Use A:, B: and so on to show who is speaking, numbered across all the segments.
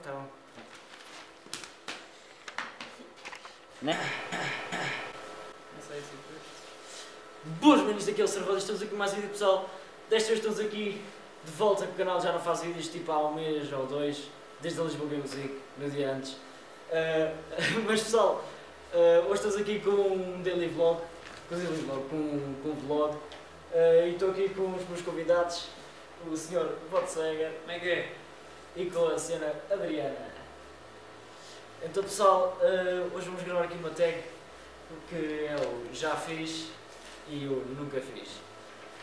A: Então.
B: Né?
A: Não sei se é Boas meninos daquele Ser Rodas, estamos aqui com mais um vídeo pessoal. Desta vez estamos aqui de volta que o canal já não faz vídeos tipo há um mês ou dois, desde a Lisboa Game Music, no dia antes. Ah, mas pessoal, ah, hoje estamos aqui com um daily vlog, com um daily vlog, com, um- com um vlog. Ah, e estou aqui com os meus convidados, o senhor Botseger
C: Como é que é?
A: e com a cena Adriana. Então pessoal, eh, hoje vamos gravar aqui uma tag que é o já fiz e o nunca fiz.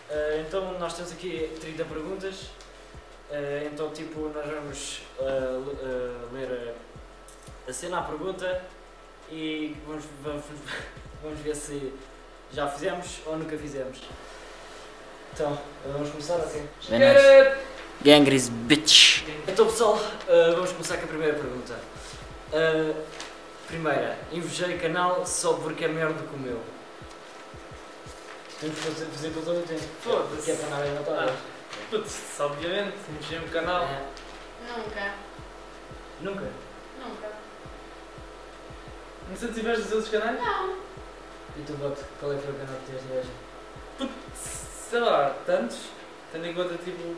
A: Eh, então nós temos aqui 30 perguntas, Eh, então tipo nós vamos eh, l- eh, ler a, a cena à pergunta e vamos, vamos, vamos ver se já fizemos ou nunca fizemos. Então, eh, vamos começar ok?
B: Bem nice. Gangris bitch.
A: Então pessoal, ah, vamos começar com a primeira pergunta. Ah, primeira, invejei canal só porque é melhor do que o meu. Temos que fazer, fazer com todo o tempo.
C: Foda-se.
A: Porque é para nada notável.
C: Ah, putz, obviamente, mexer o canal.
A: Ah,
D: Nunca,
A: nunca.
D: nunca.
C: Não sei se tiveste os outros canais?
D: Não,
A: E tu voto, qual é que foi o canal que tens hoje?
C: Sei lá, tantos. Tendo em conta, tipo,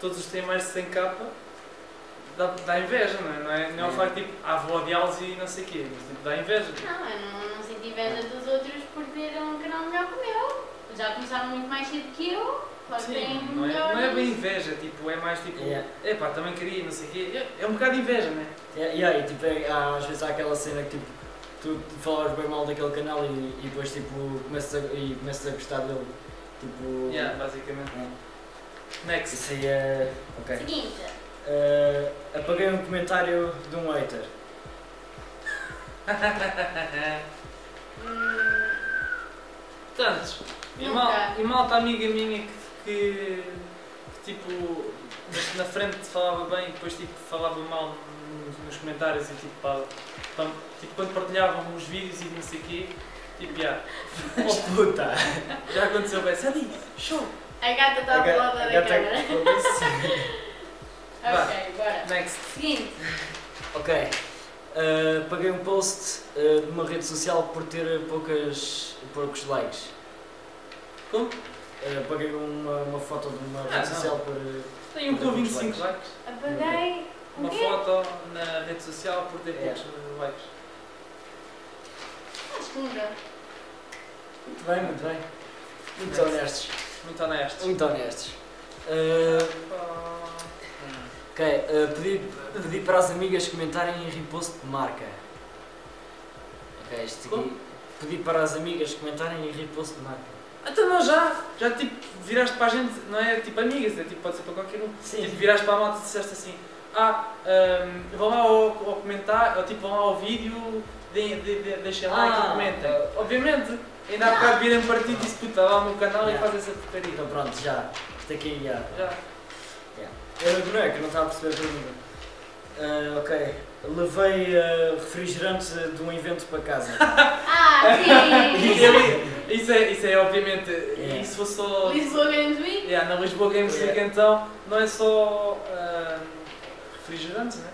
C: todos os que têm mais de 100 k dá, dá inveja, não é? Não é, não é. o
A: É.
C: facto, tipo, ah, vou odiá-los e não sei o quê, mas tipo, dá inveja.
D: não, eu não, não senti
C: É.
D: inveja dos outros por terem um canal melhor que o meu. Já começaram muito mais cedo que eu, claro que têm
C: não é, não é bem
D: melhores.
C: inveja, tipo, é mais tipo,
A: Yeah.
C: epá, também queria, não sei o quê. É, é um bocado de inveja, não é?
A: E e aí, tipo, é- há- às vezes há aquela cena que tipo, tu falas bem mal daquele canal e, e depois tipo, começas a, e começas a gostar dele. Tipo. eh,
C: Yeah, basicamente. Next.
A: Isso aí é. Ok.
D: Seguinte,
A: Ah, apaguei um comentário de um hater.
D: hum,
C: Tantos. E
D: Nunca.
C: mal, e malta amiga minha que, que, que, tipo na frente falava bem e depois tipo, falava mal nos, nos comentários e tipo, pá, pá, tipo quando partilhavam os vídeos e não sei o quê, tipo já,
A: Oh puta!
C: já aconteceu bem, Sadi, show!
D: a gata está do lado da câmara.
C: Vá.
D: Ok, bora.
C: Next.
D: Seguinte,
A: Ok. Ah, paguei um post ah, de uma rede social por ter poucas, poucos likes.
C: Como?
A: Ah, paguei uma, uma foto de uma
C: Ah,
A: rede
C: não.
A: social por. ah,
C: Tenho um com 25 likes.
D: apaguei o
C: Uma
D: quê?
C: foto na rede social por ter
A: É.
C: poucos likes.
D: Acho que nunca.
A: Muito bem, muito bem. Muito
C: Nice.
A: honestos.
C: Muito honestos.
A: Muito honestos. Ah,
C: Pá.
A: ok, ah, pedi, pedi para as amigas comentarem em repost de marca. Ok, isto aqui.
C: Como?
A: Pedi para as amigas comentarem em repost de marca.
C: Então não já, já tipo viraste para a gente, não é tipo amigas, é tipo pode ser para qualquer um.
A: Sim.
C: Tipo, viraste para a malta e disseste assim, ah, ahm, vão lá ao, ao comentar, ou tipo, vão lá ao vídeo, deem- de, de- deixem like e
A: Ah.
C: comentem. Obviamente, ainda há bocado virem partido e se puta lá no canal e
A: Yeah.
C: fazem essa porcaria.
A: Então pronto, já. Isto aqui já.
C: Já.
A: Era o boneco, não estava a perceber a pergunta. Ah, ok. Levei ah, refrigerante de um evento para casa.
D: Ah,
C: Isso é, isso
D: sim!
C: é, isso é, obviamente,
A: Yeah.
C: e se fosse só...
D: Lisboa Games Week?
C: Yeah, na Lisboa Games League
A: Yeah.
C: então, não é só ahm, refrigerantes, né?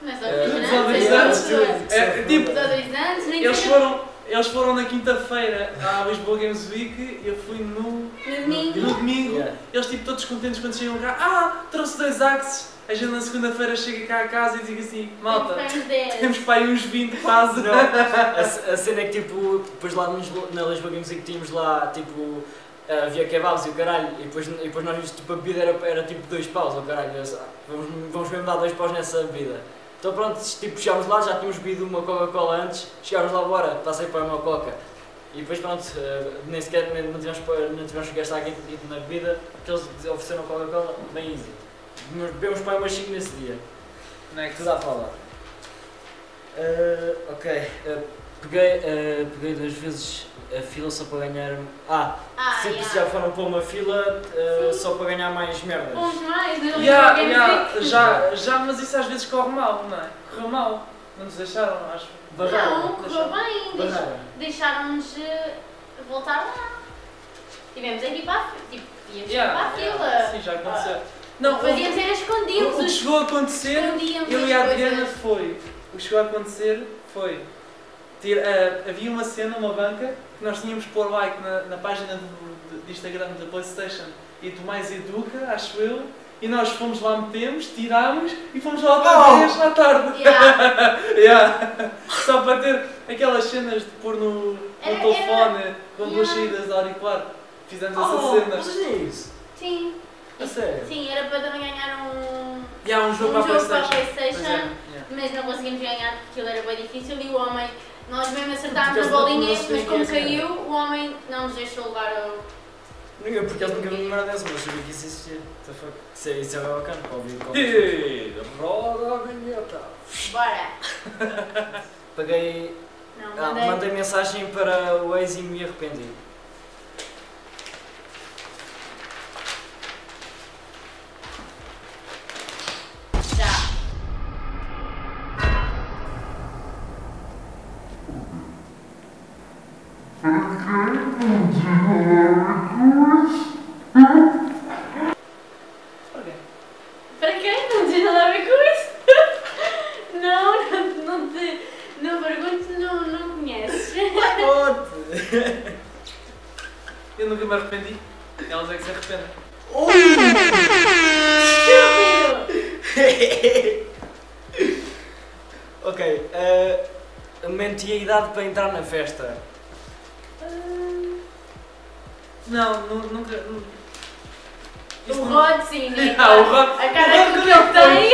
D: Não é só
A: Eh,
D: refrigerantes, é
A: tudo.
D: tudo.
C: É, tipo,
D: Desodorizantes, nem
C: Eles
D: sei-
C: foram, eles foram na quinta-feira à Lisboa Games Week, eu fui no,
D: No domingo.
C: no domingo,
A: Yeah.
C: eles tipo todos contentes quando chegam cá, ah, trouxe dois axes, a gente na segunda-feira chega cá a casa e diz assim, malta,
D: Temos dez.
C: temos para aí uns 20 quase,
A: Não, a, c- a cena é que tipo, depois lá no Lisbo- na Lisboa Games Week tínhamos lá tipo. ah, havia kebabs e o caralho, e depois, e depois nós vimos tipo, a bebida era, era tipo dois paus, o caralho, eu disse, "Ah, vamos, vamos mesmo dar dois paus nessa bebida. Então pronto, tipo, chegámos lá, já tínhamos bebido uma Coca-Cola antes, chegámos lá, bora, passei para uma Coca. E depois pronto, ah, nem sequer nem- não tivemos, pa- não tivemos que gastar aqui na bebida, porque eles ofereceram Coca-Cola, bem easy. Bebemos para umas 5 nesse dia.
C: Next.
A: Tudo à palavra. Ah, ok. ah, peguei, ah, peguei duas vezes a fila só para ganhar. Ah,
D: Ah,
A: sempre
D: yeah.
A: já foram para uma fila ah, só para ganhar mais merdas.
D: Pontos mais, não
C: Yeah,
D: Games
C: yeah,
D: Week.
C: já, já, mas isso às vezes corre mal, não é? Correu mal, não nos deixaram, acho.
D: Não, Oh,
A: Barraram.
D: correu bem. deix-
A: Barraram.
D: Deixaram-nos eh, voltar lá. Tivemos aqui para a fila. Tipo, íamos
C: Yeah,
D: para a
C: yeah,
D: fila. Ah.
C: Sim, já aconteceu. Não, o,
D: Fazíamos era escondidos.
C: o que chegou a acontecer
D: escondíamos
C: Eu
D: as
C: e a
D: coisas.
C: Adriana foi. O que chegou a acontecer foi. tira- ah, havia uma cena, uma banca, que nós tínhamos que pôr like na, na página do, do- do Instagram da PlayStation e do Mais Educa, acho eu, e nós fomos lá, metemos, tirámos e fomos lá outra
A: Oh!
C: vez à tarde.
D: Yeah.
C: Yeah. Só para ter aquelas cenas de pôr no, no
D: Era- era-
C: telefone com duas
D: Yeah.
C: saídas de auricular. Fizemos
A: Oh,
C: essa cena.
A: vocês nem isso?
D: Sim.
A: A sério?
D: é Sim, era para também ganhar um, um
C: E há um jogo
D: jogo
C: para a
D: para a
C: PlayStation. é.
D: Playstation,
C: Yeah.
D: mas não conseguimos ganhar porque aquilo era bem difícil e o homem, nós mesmo acertámos
A: Porque
D: a
A: eles não
D: bolinha,
A: conhecem
D: mas como
A: ninguém,
D: caiu, o homem não nos deixou levar ao...
A: Nunca, porque eles nunca me lembraram dessa, mas eu sabia que isso existia. What the fuck? Isso é, isso é bem bacana para ouvir. para ouvir.
C: E roda a vinheta.
D: Bora!
A: Paguei.
D: Não,
A: Ah,
D: mandei.
A: mandei mensagem para o ex e me arrependi.
D: Já. Para quem? Não tem nada a ver com isso? Não, não, não te. Não pergunto, não, não conheces.
C: Eu nunca me arrependi. Elas é que se arrependem.
D: Estúpido!
A: Ok, ah, menti a idade para entrar na festa.
C: Não, nu- nunca. nu-
D: O
C: Isto não-
D: Rod, sim, né?
C: Ah, o Rod- é o
D: A
C: Rod
D: cara que
C: não
D: ele tem.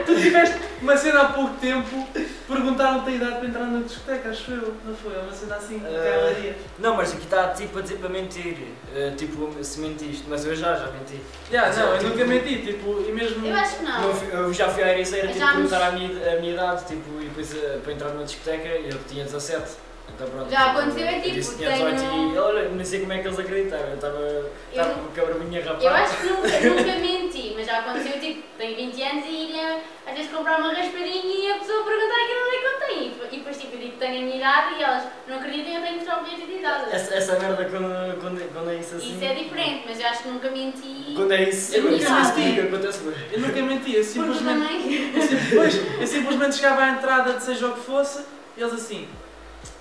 C: Tu tiveste uma cena há pouco tempo, perguntaram-te a idade para entrar na discoteca, acho eu. Não foi? É uma cena assim,
A: Ah.
C: aquela dia.
A: Não, mas aqui está tipo a dizer para mentir. Ah, tipo, se mentiste, mas eu já, já menti.
C: Yeah, não, eu
A: Tipo-
C: nunca menti, tipo, e mesmo.
D: Eu acho que não.
A: Eu, fui- eu já fui à Ericeira, tive
D: Já
A: que
D: me-
A: perguntar à minha, à minha idade, tipo, e depois eh, para entrar numa discoteca, eu tinha 17. Então pronto.
D: Já aconteceu, é
A: eu
D: tipo,
A: disse que tinha
D: tenho-
A: 18 e olha, nem sei como é que eles acreditaram, eu estava estava com o cabrabinha rapaz.
D: Eu acho que nunca, nunca menti, mas já aconteceu, tipo, tenho 20 anos e ia, às vezes comprar uma raspadinha e a pessoa perguntar que não é que eu tenho. E depois, tipo, eu digo que tenho a minha idade e elas não acreditam e eu tenho que mostrar o bilhete de idade.
C: É assim.
A: Essa, essa merda quando, quando, quando é isso assim.
D: Isso é diferente, mas eu acho que nunca menti.
A: Quando é isso,
D: Eu
A: eu
D: nunca
A: isso
D: menti.
A: que acontece hoje.
C: Eu nunca menti, eu
D: Porque
C: é simplesmente.
D: também.
C: Eu, sim- pois, eu simplesmente chegava à entrada de seja o que fosse, e eles assim.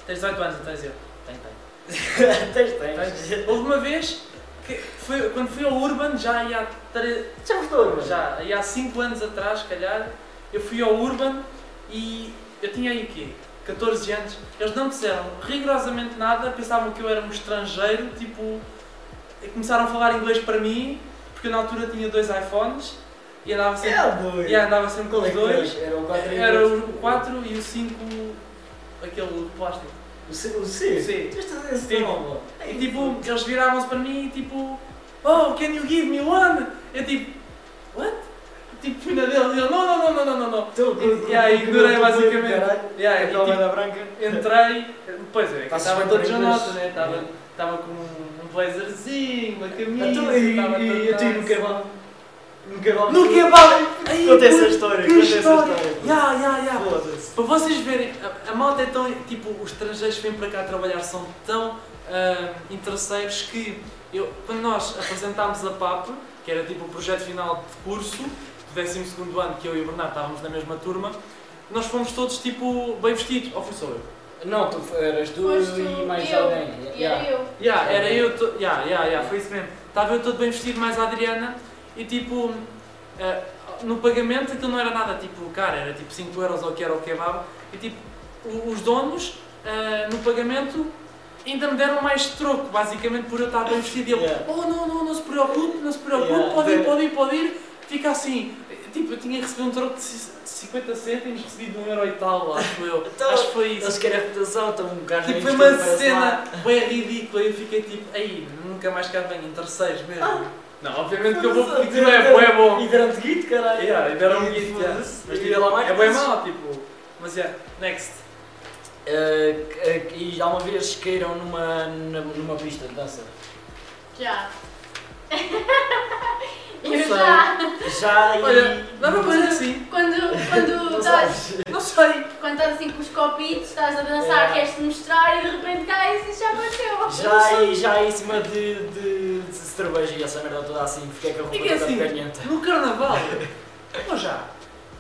C: Tens 18 anos, não tens eu. Tenho, tenho.
A: tens, tens.
C: Houve uma vez que foi, quando fui ao Urban, já aí há tre-
A: Já gostou, mas já.
C: já aí há 5 anos atrás, se calhar, eu fui ao Urban e eu tinha aí o quê? 14 anos. Eles não me disseram rigorosamente nada, pensavam que eu era um estrangeiro, tipo. e Começaram a falar inglês para mim, porque eu na altura tinha dois iPhones e andava sempre,
A: Yeah, É, boy.
C: e andava sempre com
A: Qual é
C: os
A: que
C: dois.
A: dois? Era o 4 e
C: Era
A: dois.
C: o 4 e o 5, aquele plástico.
A: O C. O C.
C: Sim.
A: Tu estás a dizer esse
C: Sim.
A: nome,
C: E tipo, eles viravam-se para mim e tipo, oh, can you give me one? Eu tipo, what? Tipo, fui na deles e eu, não, não, não, não, não, não, não.
A: Tu,
C: E, e aí, durei basicamente. Yeah,
A: É, Aquela
C: e,
A: banda branca.
C: tipo, entrei, pois é,
A: Tá-se
C: estava
A: bem
C: todo
A: para
C: janote,
A: inglês.
C: né? Estava
A: Yeah.
C: estava com um um blazerzinho, uma camisa,
A: Então, e-
C: estava
A: e-
C: todo
A: e tipo, eu tive no
C: nice.
A: kebab. No kebab.
C: No kebab!
A: Conta essa
C: puto,
A: história,
C: que
A: conta essa história.
C: Yeah, yeah, yeah.
A: Foda-se.
C: Para vocês verem, a, a malta é tão. Tipo, os estrangeiros que vêm para cá trabalhar são tão ah, interesseiros que eu, quando nós apresentámos a PAP, que era tipo o projeto final de curso, do 12 ano, que eu e o Bernardo estávamos na mesma turma, nós fomos todos tipo bem vestidos. Ou fui só eu?
A: Não, tu f- eras tu
D: Foste um
A: e
D: tu,
A: mais
D: eu,
A: alguém.
D: E
A: Yeah.
D: era eu.
C: Yeah, era eu, to... yeah, yeah, yeah, foi isso mesmo. Estava eu todo bem vestido, mais a Adriana, e tipo, ah, no pagamento aquilo não era nada tipo cara, era tipo 5 euros ou o que era o kebab, e tipo, o- os donos, ah, no pagamento, ainda me deram mais troco, basicamente, por eu estar bem vestido. E ele,
A: Yeah.
C: oh não, não, não se preocupe, não se preocupe,
A: Yeah. É.
C: pode ir, pode ir, pode ir, fica assim. Tipo, eu tinha recebido um troco de ci- 50 cêntimos, recebi de um euro e tal, acho eu.
A: Então,
C: acho que foi isso.
A: Eles querem a reputação, estão um bocado
C: Tipo,
A: aí,
C: foi
A: isto
C: uma
A: não parece
C: cena
A: nada.
C: bem ridícula e eu fiquei tipo, aí, nunca mais cá venho, em terceiros mesmo. não, obviamente que eu vou
A: Foda-se,
C: porque aquilo é bué bom.
A: E deram-te guito, caralho.
C: Yeah, e deram um
A: E
C: guito, yeah.
A: foda-se. Mas tive lá mais
C: É bem
A: vezes.
C: mau, tipo. Mas yeah, next.
A: Eh, eh, E alguma vez caíram numa, numa- numa pista de dança?
D: Já.
A: Não
D: Eu
A: sei.
D: já.
A: Já e...
C: Olha, dá para fazer assim.
D: Quando, quando
A: Não
D: estás.
A: sabes.
C: Não sei.
D: Quando estás assim com os copitos, estás a dançar,
A: É.
D: queres-te mostrar e de repente cais e já aconteceu.
B: é-
A: Já, e- já em cima de, de, de cerveja e essa merda toda assim, porque é que eu vou
C: E que é
A: fazer
C: assim,
A: tanta canheta?
C: no carnaval. Ou já?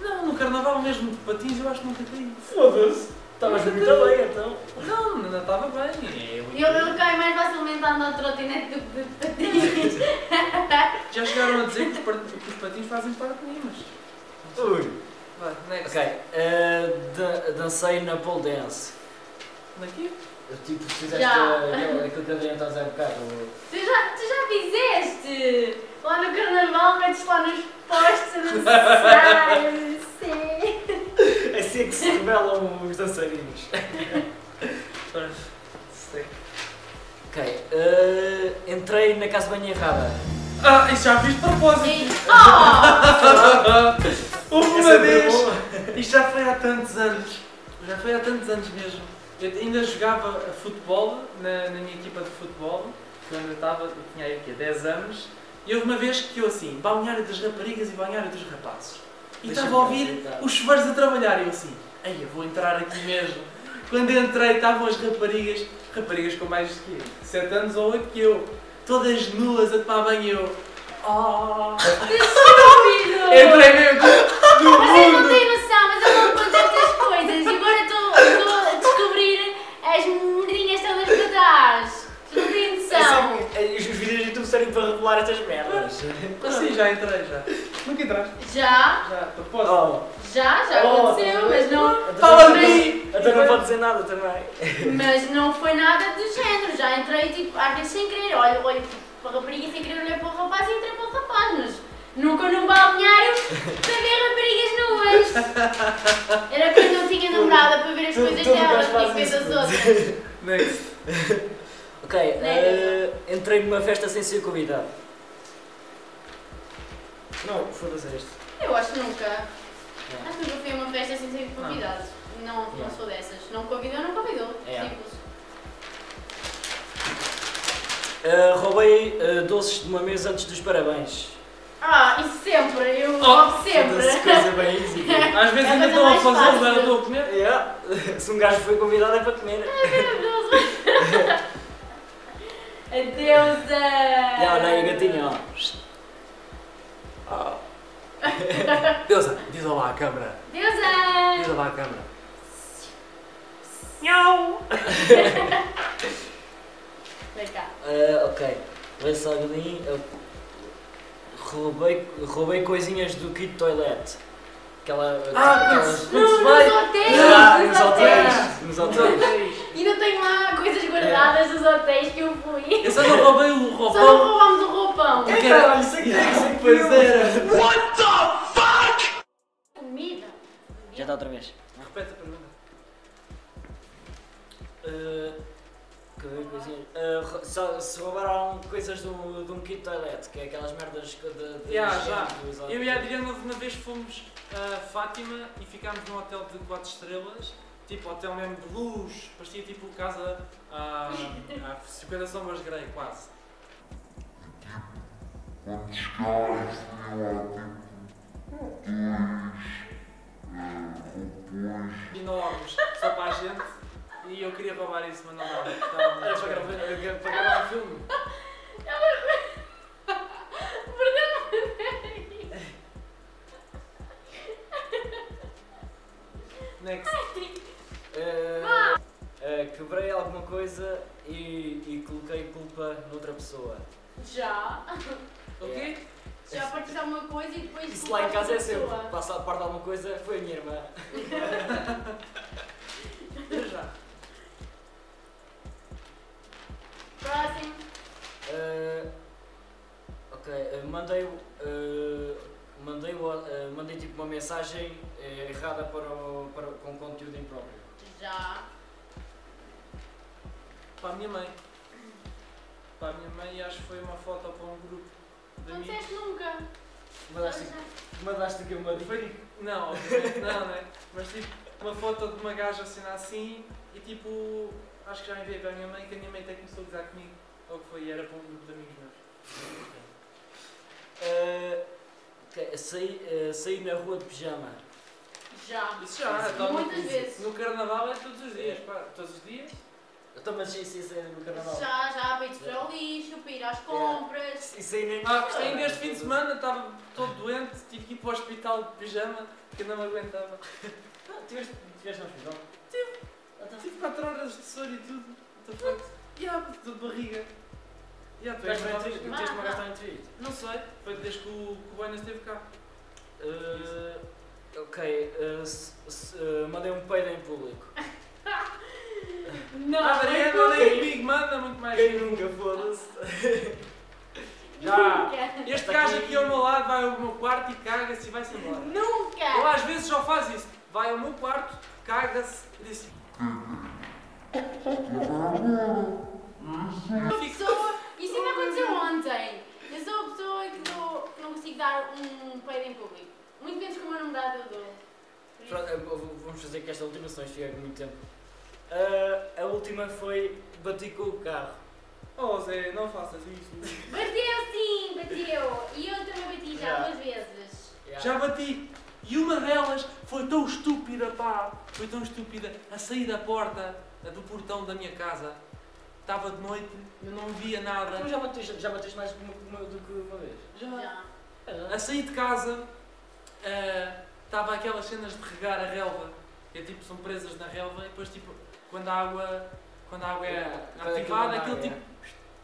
C: Não, no carnaval mesmo de patins eu acho que nunca caí.
A: Foda-se!
B: Estavas muito bem, então.
C: Não, não estava bem. É, Eu-
D: E eu, eu caio mais facilmente andando de trotinete do que de patins.
C: Já chegaram a dizer que os, pat- que os patins fazem parte de mim, mas.
B: Ui.
C: Vai, next.
B: Ok, eh, dan- dancei na pole dance.
C: Daqui?
B: Eu, Tipo, fizeste
D: Já.
B: aquele aquele que a Adriana está a dizer há bocado.
D: Tu já, tu já fizeste? Lá no carnaval metes lá nos postos a dançar. Sim.
B: Assim é que se revelam os dançarinos.
C: Pronto. Sei.
B: Ok, eh, entrei na casa de banho errada.
C: Ah, isso já fiz de propósito!
D: Oh!
C: Houve
B: Essa
C: uma
B: é
C: vez!
B: boa.
C: Isto já foi há tantos anos. Já foi há tantos anos mesmo. Eu ainda jogava futebol na, na minha equipa de futebol, que eu ainda estava, eu tinha aí o quê? 10 anos. E houve uma vez que eu assim, balneário das raparigas e balneário dos rapazes. E
B: Deixa-me
C: estava a ouvir
B: perguntar.
C: os chuveiros a trabalhar e eu assim, ai eu vou entrar aqui mesmo. Quando entrei estavam as raparigas, raparigas com mais de 7 anos ou 8 que eu, todas nuas a tomar banho e eu. Oh!
A: É
C: Entrei mesmo
D: Estúpido!
C: no
D: Vocês não
C: mundo!
D: têm noção, mas eu não conto estas coisas. E agora estou- estou a descobrir as menininhas todas para trás. Vocês não têm noção.
B: Assim, eh, os vídeos do YouTube servem para revelar estas merdas.
C: Assim já entrei já. Nunca entraste?
D: Já,
C: Já, propósito.
B: Oh.
D: já, já
B: Oh,
D: aconteceu, mas não,
B: Então
C: Fala
B: não-
C: de mim!
B: Então não pode dizer nada também.
D: mas não foi nada do género. Já entrei, tipo, às vezes sem querer. Olho, olho para a rapariga sem querer, olhei para o rapaz e entrei para o rapaz. Mas nunca num balneário para ver raparigas nuas. Era quando eu tinha namorada para ver as
B: Tu-
D: coisas
B: tu nunca
D: delas,
B: fazes
D: tipo, ver
B: isso,
D: das
B: tu.
D: outras.
C: Next.
B: Ok, eh, entrei numa festa sem ser convidado. Não, foda-se este.
D: Eu acho que nunca.
B: É. Ah.
D: Acho que nunca fui a uma festa assim sem ser convidados. Não, não,
B: Yeah. É.
D: sou dessas. Não convidou, não convidou. Tipo,
B: Yeah.
D: Simples.
B: Eh, roubei eh, doces de uma mesa antes dos parabéns.
D: Ah, isso sempre. Eu
C: Oh,
D: roubo sempre.
B: Foda-se, coisa bem easy.
C: Às vezes
D: É a
C: ainda
D: coisa
C: estou a
D: mais
C: fazer,
D: fácil.
C: agora estou a comer.
B: Yeah. Se um gajo foi convidado é para comer.
D: Maravilhoso. Adeus. eh.
B: Já, olha aí o gatinho, ó. Ah. Deusa, diz olá à câmara. Diz
D: Deusa.
B: olá à câmara.
D: Vem cá.
B: Ah, ok. Vê se alguém. eu Roubei, roubei coisinhas do kit toilet. Aquela.
C: Ah,
B: aquelas-
C: Não se
D: Não,
C: vai.
D: nos hotéis.
B: Ah,
D: nos
B: nos hotéis! Nos hotéis!
D: Ainda tenho lá coisas guardadas dos hotéis que eu fui.
C: Eu só não roubei o
B: Oh,
D: Só não
C: roupão.
D: roubámos o roupão.
C: Porque
B: Caralho, isso aqui é que se
C: Pois era.
D: Comida.
B: Já está outra vez.
C: Repete a pergunta.
B: Ah, que coisinha- ah, ro- só- se roubaram coisas do, de um kit toilet, que é aquelas merdas que de, de
C: Já,
B: higiene
C: já.
B: que usam.
C: Eu e a Adriana houve uma vez fomos a Fátima e ficámos num hotel de 4 estrelas, tipo hotel mesmo de luz, parecia tipo casa a, a 50 sombras de Grey, quase.
E: Quantos caras tinha lá tipo dois roupões
C: Enormes, só para a gente. E eu queria roubar isso, mas não dava. estava muito
B: Era para
C: esperto.
B: gravar, era para gravar um filme.
D: Perdão-me.
C: Next.
B: Ah, ah, quebrei alguma coisa e, e coloquei culpa noutra pessoa.
D: Já.
C: O quê?
D: Já partiste alguma coisa e depois.
B: Isso lá em casa é
D: culpas outra
B: sempre.
D: pessoa.
B: Passa a parte de alguma coisa, foi a minha irmã.
C: Já.
D: Próximo.
A: Eh,
B: Ah, ok, ah, mandei,
A: eh,
B: ah, mandei, o- ah, mandei tipo uma mensagem eh, errada para o- para o- com conteúdo impróprio.
D: Já.
C: Para a minha mãe. Para a minha mãe, acho que foi uma foto para um grupo de
D: Não
C: amigos.
D: disseste nunca.
B: Mandaste, mandaste aqui uma dica.
C: Não, obviamente não, né? Mas tipo, uma foto de uma gaja assim assim e tipo, acho que já enviei para a minha mãe que a minha mãe até começou a gozar comigo. Ou que foi, e era para um grupo de amigos meus.
A: Eh,
B: Ah, ok, saí, ah, saí na rua de pijama.
D: Já.
C: Isso já, então,
D: Muitas vezes.
C: No carnaval é todos os dias, pá, todos os dias.
B: Então, mas isso, isso é no carnaval.
D: Já, já, para ir para o lixo, para
B: É.
D: ir às compras.
B: Isso aí nem.
C: Ah, ainda este fim de semana estava todo doente, tive que ir para o hospital de pijama, porque não me aguentava.
B: Tiveste, tiveste no hospital?
C: tive 4 horas de sono e tudo. Então, What the fuck? Yeah, tudo de barriga. Yeah, tu és
A: Gaste uma
C: mental-
A: entrevista. Meteste uma gasta na entrevista.
C: Não sei, foi desde que o, que o Boina esteve cá.
A: Eh, ok, eh, s- s- eh, mandei um peido em público.
D: Não,
C: Ah, Mariana,
D: não.
B: é
C: olha aí comigo, manda muito mais.
A: Quem nunca foda-se. Já.
C: Este gajo Tá aqui ao meu lado vai ao meu quarto e caga-se e vai-se embora. Ele
D: Nunca!
C: às vezes só faz isso. Vai ao meu quarto, caga-se e diz
D: Eu sou- Isso ainda aconteceu ontem. Eu sou a pessoa que dou- que não consigo dar um peido em público. Muito menos que o meu namorado eu dou. Por isso-
A: Pronto, eh, v- vamos fazer que esta última, senão isto fica aqui muito tempo. Eh, a última foi bati com o carro.
C: Oh Zé, não faças isso.
D: Bateu sim, bateu! E eu também bati já
A: Yeah.
D: duas vezes.
A: Yeah.
C: Já bati. E uma delas foi tão estúpida, pá. Foi tão estúpida. A sair da porta, a do portão da minha casa. Estava de noite, eu não via nada.
A: Tu já bateste, já bateste mais uma- uma- do que uma vez?
C: Já.
D: Já.
C: A sair de casa, ah, estava aquelas cenas de regar a relva. Que é tipo, são presas na relva e depois tipo, quando a água, quando a água é
A: Yeah, quando aquilo
C: ativada,
A: manda
C: aquilo
A: água,
C: tipo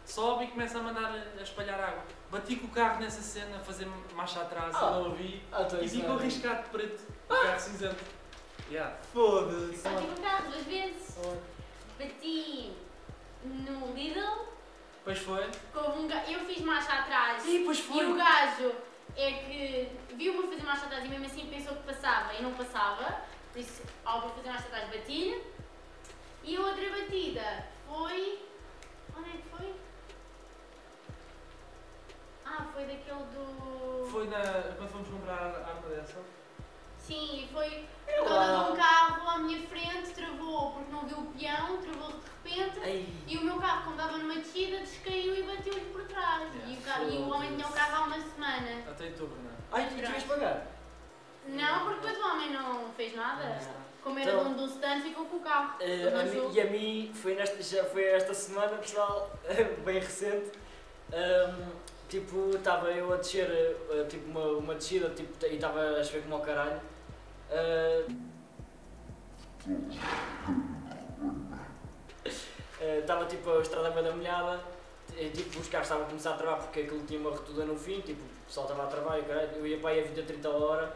C: sobe e começa a mandar a espalhar água. Bati com o carro nessa cena, a fazer marcha atrás,
A: Ah.
C: eu não ouvi.
A: Ah, então
C: E
A: isso
C: ficou
A: não é.
C: riscado de preto. O carro cinzento. Ah! Yeah.
A: Foda-se.
D: Bati no carro duas vezes. Bati no Lidl.
C: Pois foi.
D: que houve um ga- Eu fiz marcha atrás.
C: Ih, pois
D: E o gajo é que viu-me a fazer marcha atrás e mesmo assim pensou que passava e não passava. Por isso, ao vou fazer marcha atrás, bati-lhe. E a outra batida foi. Onde é que foi? Ah, foi daquele do.
C: Foi na, quando fomos comprar a arma dessa.
D: Sim, e foi por causa de um carro à minha frente, travou porque não viu o peão, travou de repente.
A: Ai.
D: E o meu carro, como estava numa descida, descaiu e bateu-lhe por trás. E, o ca- e o homem tinha o carro há uma semana.
C: Até em outubro, não é?
A: Ai, tu queres pagar?
D: Não, porque depois o homem não fez nada. Como era
A: Então-
D: dono de um stand, ficou com o carro.
A: Eh, a
D: Mas
A: mim-
D: o-
A: e a mim foi nesta, já foi esta semana, pessoal, bem recente. Ahm, tipo, estava eu a descer eh, eh, tipo, uma, uma descida tipo, e estava a chover como ao caralho. Ah, eh, Estava tipo a estrada bem da molhada e tipo, os carros estavam a começar a travar porque aquilo tinha uma retuda no fim, tipo, o pessoal estava a travar e o caralho, eu ia para aí a 20 a 30 hora,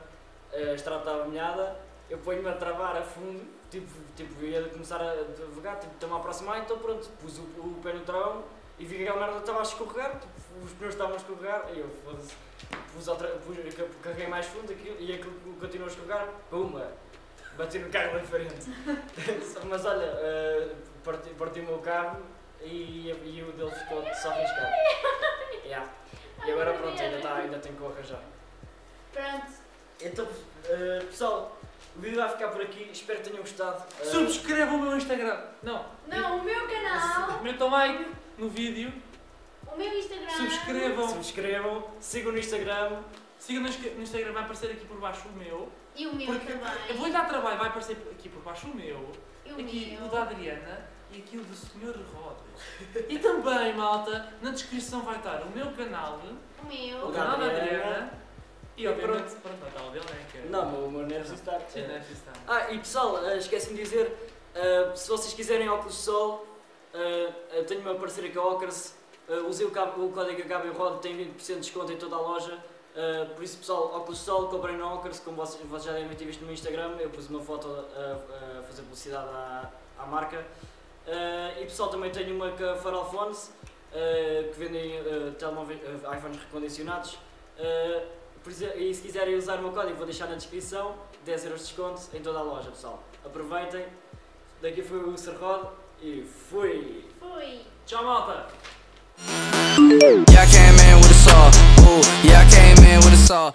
A: eh, a estrada estava molhada, eu ponho-me a travar a fundo, tipo, tipo ia começar a devagar, tipo, estou-me a aproximar, então pronto, pus o, o pé no travão e vi que aquela merda estava a escorregar, tipo, os pneus estavam a escorregar, e eu foda-se, pus outra, pus, ca- carreguei mais fundo aquilo, e aquilo continuou a escorregar, pumba, bati no carro da frente. Mas olha, eh, parti, parti o meu carro e, e o dele ficou só riscado. Yeah. E agora pronto, ainda, tá, ainda tenho que o arranjar.
D: Pronto.
A: Então, eh, pessoal, o vídeo vai ficar por aqui. Espero que tenham gostado. Eh,
C: Subscrevam o meu Instagram. Não.
D: Não, o meu canal,
C: Metam like no vídeo.
D: o meu Instagram.
C: Subscrevam.
A: subscrevam, sigam no Instagram.
C: Sigam no Insca- no Instagram, vai aparecer aqui por baixo o meu.
D: E o meu
C: Porque
D: também.
C: eu vou lhe dar trabalho, vai aparecer aqui por baixo o meu,
D: E o
C: aqui
D: meu.
C: o da Adriana e aqui o do Sr. Rodas. E também, malta, na descrição vai estar o meu canal,
D: O
C: o
D: meu.
A: da
C: canal da
A: Adriana.
C: Adriana e
A: E
C: obviamente, pronto, o tal dele, né? Que
A: Não, o meu nervo está
C: Sim, né? deve estar.
A: Ah, e pessoal, eh, esqueci-me de dizer, eh, se vocês quiserem óculos de sol, eh, eh, tenho uma parceira com a Ocras, eh, usei o, cabo- o código Cabo e Roda, tem 20% de desconto em toda a loja, eh, por isso pessoal, óculos de sol, comprem na Ocras, como vocês, vocês já devem ter visto no meu Instagram, eu pus uma foto a, a fazer publicidade à, à marca. Eh, e pessoal, também tenho uma com a Farol Phones, eh, que vendem eh, telemóveis, eh, iPhones recondicionados. Eh, por isso, e se quiserem usar o meu código, vou deixar na descrição. 10 euros de desconto em toda a loja, pessoal. Aproveitem. Daqui foi o Serrod e fui!
D: Fui.
C: Tchau, malta!
F: Yeah, I came in with a saw. Ooh, yeah, I came in with a saw.